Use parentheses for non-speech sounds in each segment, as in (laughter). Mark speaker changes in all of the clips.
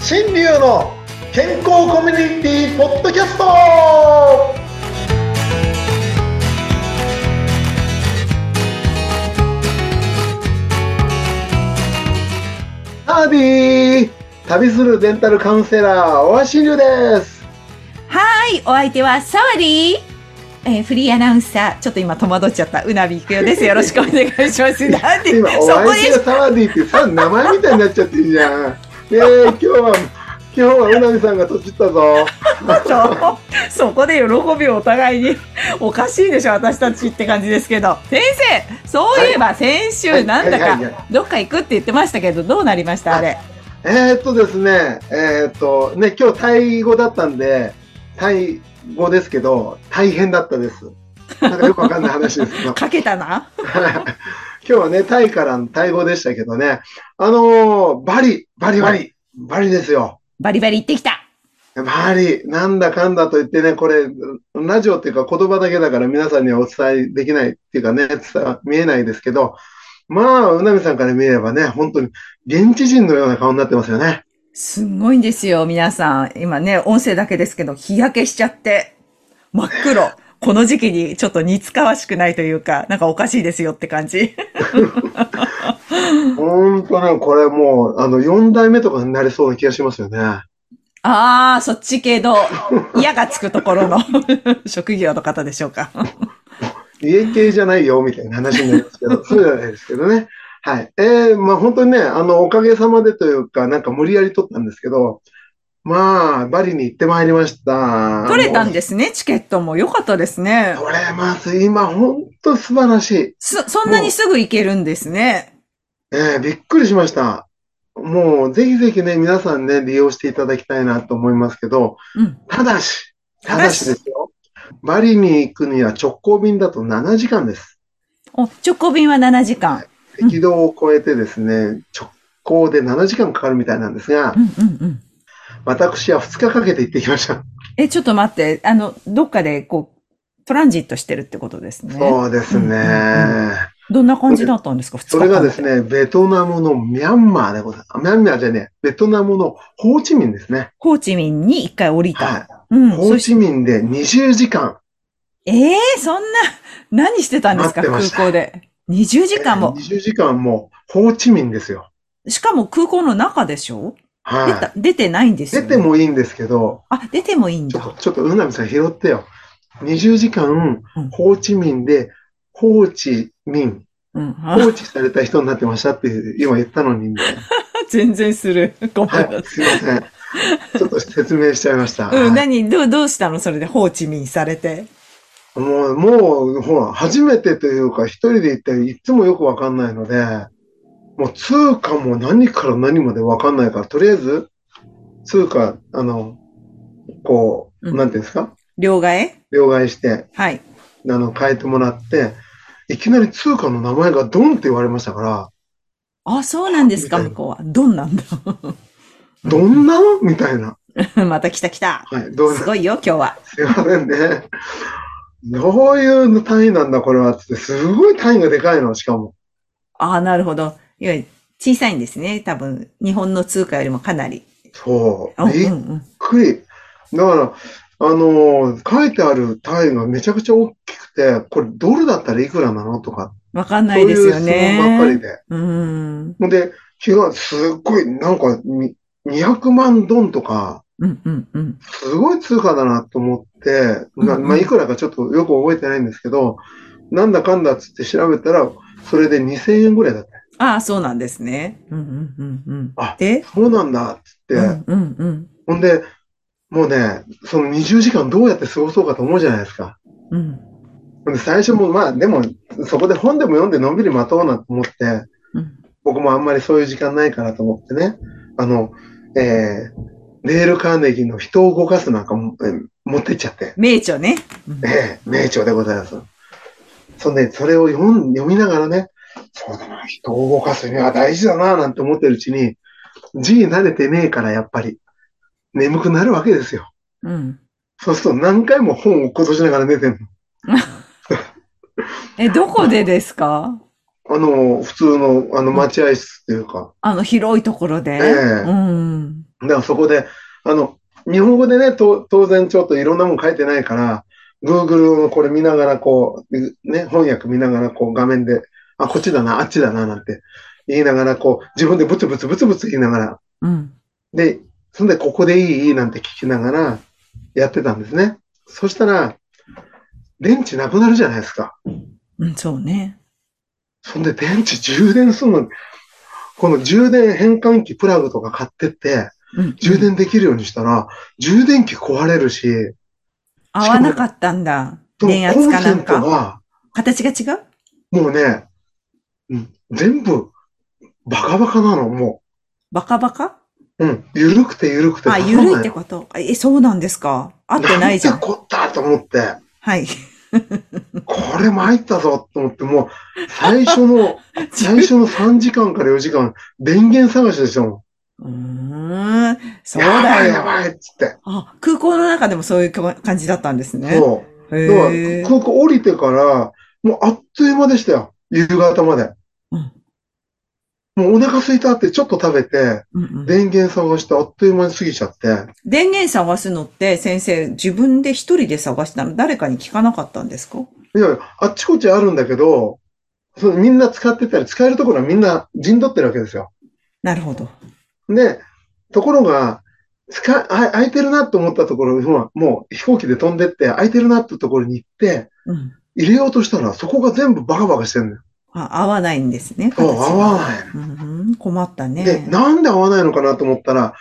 Speaker 1: 新流の健康コミュニティポッドキャストはービー旅するデンタルカウンセラー大橋新流です
Speaker 2: はい、お相手はサワリー。えーフリーアナウンサー、ちょっと今戸惑っちゃった、うなびくよです。よろしくお願いします。なんで、 (laughs) そ
Speaker 1: 今お
Speaker 2: こ
Speaker 1: 相手
Speaker 2: で
Speaker 1: が、サワディってさ名前みたいになっちゃってるじゃんねえ今日は今日はうなみさんがとちったぞ
Speaker 2: そうそこで喜びをお互いに、おかしいでしょ、私たちって感じですけど。先生、そういえば先
Speaker 1: は
Speaker 2: 週、
Speaker 1: い
Speaker 2: なん
Speaker 1: は
Speaker 2: だ
Speaker 1: いはい
Speaker 2: か、どっか行くって言ってましたけど、どうなりました、あれ。
Speaker 1: えー、っとですね、えー、っと、ね、今日タイ語だったんで、タイ語ですけど、大変だったです。なんかよくわかんない話です
Speaker 2: (laughs)
Speaker 1: けど、今
Speaker 2: かけたな
Speaker 1: 日はね、タイからのタイ語でしたけどね、あのーバリ、バリバリ、バリですよ。
Speaker 2: バリバリ行ってきた。
Speaker 1: バリ、なんだかんだと言ってね、これ、ラジオっていうか言葉だけだから皆さんにはお伝えできないっていうかね、伝わ見えないですけど、まあ、うなみさんから見ればね、本当に現地人のような顔になってますよね。
Speaker 2: すんごいんですよ、皆さん。今ね、音声だけですけど、日焼けしちゃって、真っ黒。この時期にちょっと似つかわしくないというか、なんかおかしいですよって感じ。
Speaker 1: 本当ね、これもう、あの、4代目とかになりそうな気がしますよね。
Speaker 2: ああ、そっち系の、嫌がつくところの (laughs) 職業の方でしょうか。
Speaker 1: 家系じゃないよ、みたいな話になりますけ
Speaker 2: (laughs)
Speaker 1: ど、そうじゃないですけどね。はい。えー、まあ本当にね、あの、おかげさまでというか、なんか無理やり取ったんですけど、まあ、バリに行ってまいりました。
Speaker 2: 取れたん
Speaker 1: で
Speaker 2: ですね、チケットも。よかったですね。
Speaker 1: 取れます。今、本当素晴らしい。
Speaker 2: そ、そんなにすぐ行けるんですね。
Speaker 1: えー、びっくりしました。もう、ぜひぜひね、皆さんね、利用していただきたいなと思いますけど、
Speaker 2: うん。
Speaker 1: ただし、ただしですよ。バリに行くには直行便だと7時間です。
Speaker 2: お、直行便は7時間。うん
Speaker 1: 赤道を越えてですね、直行で7時間かかるみたいなんですが
Speaker 2: う、んうんうん。
Speaker 1: 私は2日かけて行ってきました。
Speaker 2: え、ちょっと待って、あの、どっかで、こう、トランジットしてるってことですね。
Speaker 1: そうです
Speaker 2: うんう
Speaker 1: ね。
Speaker 2: んどんな感じだったんですか、二日
Speaker 1: それがです。ね、ベトナムのミャンマーでございます。ミャンマーじゃねえ、ベトナムのホーチミンですね。
Speaker 2: ホーチミンに一回降りた。
Speaker 1: は
Speaker 2: うん
Speaker 1: い。。ホ
Speaker 2: そ
Speaker 1: ー
Speaker 2: し
Speaker 1: チミンで20時間。
Speaker 2: ええそんな、 (laughs) 何してたんです
Speaker 1: 待
Speaker 2: か、
Speaker 1: ってま
Speaker 2: 空
Speaker 1: した
Speaker 2: 港で。20時間も。
Speaker 1: 20時間も、ホーチミンですよ。
Speaker 2: しかも空港の中でしょ、出
Speaker 1: は
Speaker 2: た出てないんで
Speaker 1: い。
Speaker 2: すよ、
Speaker 1: 出
Speaker 2: ね。
Speaker 1: て。もいいんですけど、
Speaker 2: あ、出てもいいん
Speaker 1: ちょ
Speaker 2: だ
Speaker 1: っ。と、ちょっと、うなみさん拾ってよ。20時間
Speaker 2: うん、
Speaker 1: ホーチミンで、ホーチミン、
Speaker 2: うん。
Speaker 1: 放
Speaker 2: あ
Speaker 1: 置された人になってましたって今言ったのに、みたいな。
Speaker 2: (laughs) 全然する。 (laughs) ごめんなさ
Speaker 1: はいい、。すいません。ちょっと説明しちゃいま
Speaker 2: (laughs)
Speaker 1: した。
Speaker 2: うん、
Speaker 1: はい
Speaker 2: 何、どう、どうしたのそれでホーチミンされて。
Speaker 1: もう、もう、ほら、初めてというか、一人で行って、いつもよくわかんないので、もう通貨も何から何までわかんないから、とりあえず、通貨、あの、こう、
Speaker 2: うん
Speaker 1: なんていうんですか
Speaker 2: 両替
Speaker 1: 両替して、
Speaker 2: はい。
Speaker 1: あの、変えてもらって、いきなり通貨の名前がドンって言われましたから、
Speaker 2: あ、そうなんですか、
Speaker 1: みたい
Speaker 2: 向
Speaker 1: な
Speaker 2: こうは。どんなんだ (laughs)
Speaker 1: どんなのみたいな。
Speaker 2: また来た来た。
Speaker 1: はい、どう
Speaker 2: すごいよ、今日は。
Speaker 1: すいませんね。どういう単位なんだ、これはって。すごい単位がでかいの、しかも。
Speaker 2: ああ、なるほど。いわゆる小さいんですね。多分、日本の通貨よりもかなり。
Speaker 1: そ
Speaker 2: あう
Speaker 1: う。
Speaker 2: ん
Speaker 1: び
Speaker 2: う
Speaker 1: っ
Speaker 2: ん、
Speaker 1: くり。だから、あのー書いてある単位がめちゃくちゃ大きくて、これドルだったらいくらなのとか、
Speaker 2: わかん
Speaker 1: そ
Speaker 2: な
Speaker 1: う
Speaker 2: い
Speaker 1: い
Speaker 2: です
Speaker 1: う
Speaker 2: よ
Speaker 1: 質問ばっかり
Speaker 2: ね。
Speaker 1: で。
Speaker 2: うん。
Speaker 1: ほんで、気がすっごい、なんかに、200万ドンとか、
Speaker 2: うんうんうん。
Speaker 1: すごい通貨だなと思って、な
Speaker 2: うんうん
Speaker 1: まあ、いくらかちょっとよく覚えてないんですけど、なんだかんだっつって調べたら、それで2000円ぐらいだった。
Speaker 2: ああ、そうなんですね。うんうんうんうん。
Speaker 1: あ
Speaker 2: で、
Speaker 1: そうなんだっつって、
Speaker 2: うんうんうん。
Speaker 1: ほんで、もうね、その20時間どうやって過ごそうかと思うじゃないですか。
Speaker 2: うん
Speaker 1: ほんで最初もまあ、でも、そこで本でも読んでのんびり待とうなと思って、
Speaker 2: うん。
Speaker 1: 僕もあんまりそういう時間ないからと思ってね、あの、えー、レール・カーネギーの人を動かすなんかも、えー持ってっちゃって、
Speaker 2: 名著ね。うん
Speaker 1: ええ名著でございます。そんで、それを読ん読みながらね、そうだな、人を動かすには大事だな、なんて思ってるうちに、字に慣れてねえから、やっぱり、眠くなるわけですよ。
Speaker 2: うん。
Speaker 1: そうすると何回も本を落っことしながら寝てんの。
Speaker 2: え、どこでですか
Speaker 1: あの、普通の、あの、待合室っていうか、
Speaker 2: あの、広いところで。
Speaker 1: ええ
Speaker 2: うん。
Speaker 1: だからそこで、あの、日本語でね、と当然ちょっといろんなもん書いてないから、Google のこれ見ながらこう、ね、翻訳見ながらこう画面で、あ、こっちだな、あっちだな、なんて言いながらこう、自分でブツブツブツブツ言いながら、
Speaker 2: うん。
Speaker 1: で、そんで、ここでいいいいなんて聞きながらやってたんですね。そしたら、電池なくなるじゃないですか。
Speaker 2: うん、そうね。
Speaker 1: そんで電池充電するのに、この充電変換器プラグとか買ってって、
Speaker 2: うん。
Speaker 1: 充電できるようにしたら、充電器壊れるし、
Speaker 2: 合わなかったんだ。
Speaker 1: その
Speaker 2: 電圧かなん
Speaker 1: コンセント
Speaker 2: か。
Speaker 1: が、
Speaker 2: 形が違う
Speaker 1: もうね、うん全部、バカバカなの、も
Speaker 2: バカバカ
Speaker 1: う。うん。緩くて緩くて。
Speaker 2: あ、ゆるいってことえ、そうなんですか。合ってないじゃ
Speaker 1: なん
Speaker 2: ん。
Speaker 1: てこったと思って。
Speaker 2: はい。
Speaker 1: これ参ったぞと思って、もう、最初
Speaker 2: (laughs)
Speaker 1: の、最初の3時間から4時間、電源探しでしたも
Speaker 2: うーん。そ
Speaker 1: ん。
Speaker 2: う
Speaker 1: やば
Speaker 2: だ
Speaker 1: いや
Speaker 2: よ。
Speaker 1: ばいっつって。
Speaker 2: あ、空港の中でもそういう感じだったんですね。
Speaker 1: そ
Speaker 2: へ
Speaker 1: う。だから
Speaker 2: え。
Speaker 1: 空港降りてから、もうあっという間でしたよ。夕方まで。
Speaker 2: うん
Speaker 1: もうお腹空いたってちょっと食べて、
Speaker 2: うんうん
Speaker 1: 電源探してあっという間に過ぎちゃって。
Speaker 2: 電源探すのって先生、自分で一人で探したの誰かに聞かなかったんですか
Speaker 1: いや、あっちこっちあるんだけど、そのみんな使ってたり、使えるところはみんな陣取ってるわけですよ。
Speaker 2: なるほど。
Speaker 1: で、ところが、使い、あ空いてるなと思ったところ、ほらもう飛行機で飛んでって、空いてるなってところに行って、
Speaker 2: うん。
Speaker 1: 入れようとしたら、そこが全部バカバカしてるのよ。
Speaker 2: あ、合わないんですね。
Speaker 1: そう、
Speaker 2: 形
Speaker 1: 合
Speaker 2: が
Speaker 1: わない
Speaker 2: うんうん、困った
Speaker 1: の。で、
Speaker 2: ね。
Speaker 1: なんで合わないのかなと思ったら、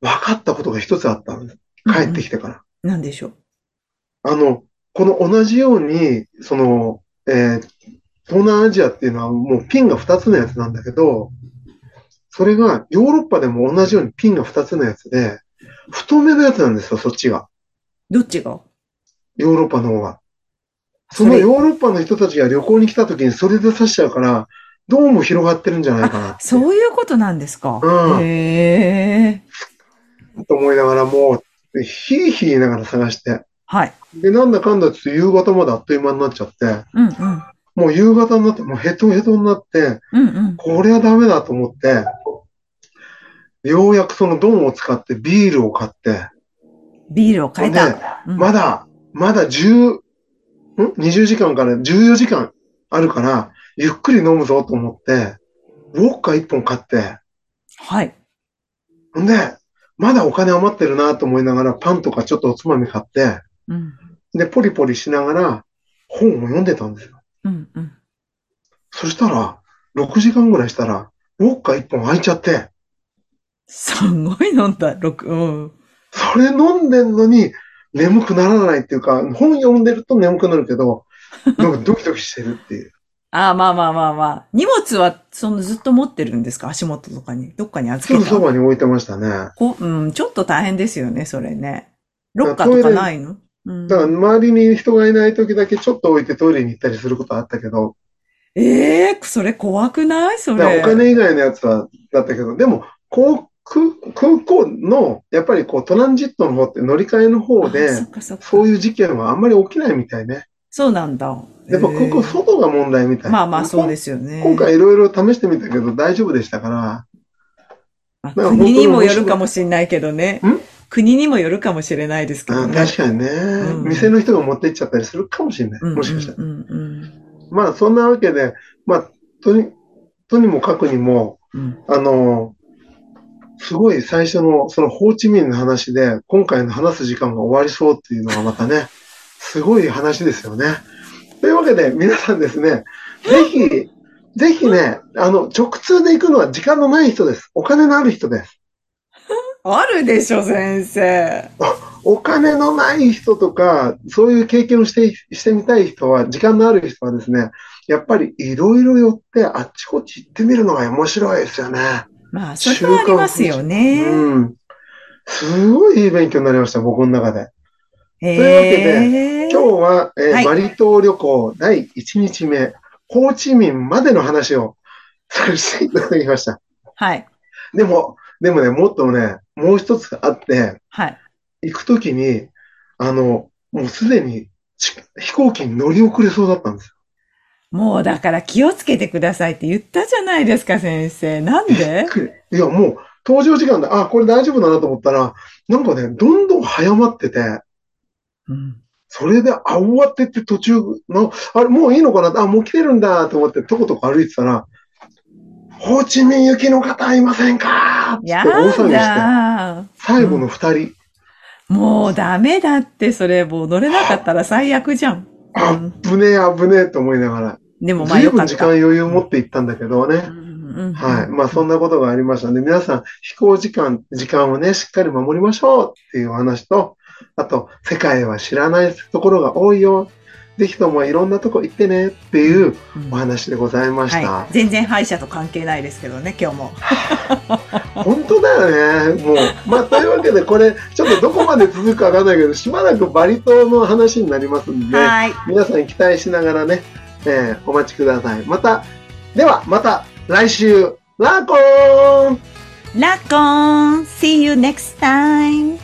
Speaker 1: 分かったことが一つあったんです。帰ってきてから。
Speaker 2: なんでしょう。
Speaker 1: あの、この同じように、その、えー東南アジアっていうのはもうピンが2つのやつなんだけど、それがヨーロッパでも同じようにピンが2つのやつで、太めのやつなんですよ、そっちが。
Speaker 2: どっちが
Speaker 1: ヨーロッパの方が。そ
Speaker 2: そ
Speaker 1: の
Speaker 2: れ
Speaker 1: ヨーロッパの人たちが旅行に来た時にそれで刺しちゃうから、どうも広がってるんじゃないかなって
Speaker 2: そういうことなんですか。
Speaker 1: うん
Speaker 2: へえ。
Speaker 1: と思いながら、もう、ひいひい言いながら探して。
Speaker 2: はい。
Speaker 1: で、なんだかんだちょっと夕方まであっという間になっちゃって、
Speaker 2: うんうん。
Speaker 1: もう夕方になって、もうヘトヘトになって、
Speaker 2: うんうん。
Speaker 1: これはダメだと思って、ようやくそのドンを使ってビールを買って、
Speaker 2: ビールを変え
Speaker 1: で
Speaker 2: た。うん
Speaker 1: まだ、まだ10、ん ?20 時間から14時間あるから、ゆっくり飲むぞと思って、ウォッカ1本買って、
Speaker 2: はい。
Speaker 1: んで、まだお金余ってるなと思いながら、パンとかちょっとおつまみ買って、
Speaker 2: うん。
Speaker 1: で、ポリポリしながら、本を読んでたんですよ。
Speaker 2: うんうん。
Speaker 1: そしたら、6時間ぐらいしたら、ウォッカ1本空いちゃって、
Speaker 2: すごい飲んだ。六、うん。
Speaker 1: それ飲んでんのに、眠くならないっていうか、本読んでると眠くなるけ
Speaker 2: (laughs)
Speaker 1: ど、なんかドキドキしてるっていう。
Speaker 2: ああ、まあまあまあまあ。荷物は、そのずっと持ってるんですか足元とかに。どっかに預
Speaker 1: すぐ
Speaker 2: けた
Speaker 1: そばに置いてましたね。
Speaker 2: こうん、ちょっと大変ですよね、それね。ロッカーとかないのうん
Speaker 1: だから周りに人がいない時だけちょっと置いてトイレに行ったりすることあったけど、
Speaker 2: ええそれ怖くないそ
Speaker 1: だから
Speaker 2: れ。
Speaker 1: お金以外のやつはだったけど、でも航空空港のやっぱりこうトランジットの方って乗り換えの方で
Speaker 2: あ、そっかそっか。
Speaker 1: そういう事件はあんまり起きないみたいね。
Speaker 2: そうなんだ。
Speaker 1: やっぱ空港
Speaker 2: え
Speaker 1: 外が問題み
Speaker 2: え
Speaker 1: たい。
Speaker 2: まあまあそうですよね。
Speaker 1: 今回いろいろ試してみたけど大丈夫でしたから、
Speaker 2: まあ
Speaker 1: まあ
Speaker 2: 国にもよるかもしれないけどね
Speaker 1: ん。
Speaker 2: 国にもよるかもしれないですけど
Speaker 1: あ
Speaker 2: ね。
Speaker 1: 確かにね、
Speaker 2: ん
Speaker 1: 店の人が持って行っちゃったりするかもしれない。
Speaker 2: うん
Speaker 1: もしかしたら。
Speaker 2: うんうん
Speaker 1: まあそんなわけで、まあ、とに、とにもかくにも、
Speaker 2: うん
Speaker 1: あの、すごい最初のそのホーチミンの話で、今回の話す時間が終わりそうっていうのがまた
Speaker 2: (laughs)
Speaker 1: ね、すごい話ですよね。というわけで皆さんですね、ぜひ、ぜひね、あの、直通で行くのは時間のない人です。お金のある人です。
Speaker 2: あるでしょ、先生。
Speaker 1: お金のない人とか、そういう経験をして、してみたい人は、時間のある人はですね、やっぱりいろいろ寄って、あっちこっち行ってみるのが面白いですよね。
Speaker 2: まあ、それはありますよね。
Speaker 1: うん。すごいいい勉強になりました、僕の中で。
Speaker 2: へ
Speaker 1: と
Speaker 2: え
Speaker 1: 今日は、えー
Speaker 2: はい
Speaker 1: マリ島旅行第1日目、ホーチミンまでの話をさせていただきました。
Speaker 2: はい。
Speaker 1: でも、でもね、もっとね、もう一つあって、
Speaker 2: はい。
Speaker 1: 行くときに、あの、もうすでにち飛行機に乗り遅れそうだったんです
Speaker 2: もうだから気をつけてくださいって言ったじゃないですか、先生。なんで
Speaker 1: (laughs) よ。いや、も登場時間で、あ、これ大丈夫だなと思ったら、なんかね、どんどん早まってて、
Speaker 2: うん。
Speaker 1: それで、あ、終わってって途中の、あれ、もういいのかなあ、もう来てるんだと思って、とことこ歩いてたら、ホーチミン行きの方いませんかって
Speaker 2: や
Speaker 1: 大騒ぎして、
Speaker 2: だ
Speaker 1: 最後の二人、
Speaker 2: もうダメだって、それ、もう乗れなかったら最悪じゃん。う
Speaker 1: あ
Speaker 2: ん
Speaker 1: ぶねえ、あぶねえと思いながら、
Speaker 2: でもまあ
Speaker 1: 随
Speaker 2: よか
Speaker 1: 分
Speaker 2: っ
Speaker 1: 時間
Speaker 2: た。
Speaker 1: 余裕を持って行ったんだけどね。はい。まあ、そん
Speaker 2: な。
Speaker 1: なことがありましたので、皆さん、飛行時間、時間をね、しっかり守りましょうっていうお話と、あと、世界は知らないところが多いよ。ぜひともいろんなとこ行ってねっていう
Speaker 2: うん
Speaker 1: お話でございました。
Speaker 2: はい。全然歯医者と関係ないですけどね、今日も。
Speaker 1: 本当だよね。もう、まあ、というわけで、これ、ちょっとどこまで続くかわかんないけど、しばらくバリ島の話になりますんで、
Speaker 2: はい。
Speaker 1: 皆さん期待しながらね、えーお待ちください。また、では、また来週、ラーコーン
Speaker 2: ラッコーン !See you next time!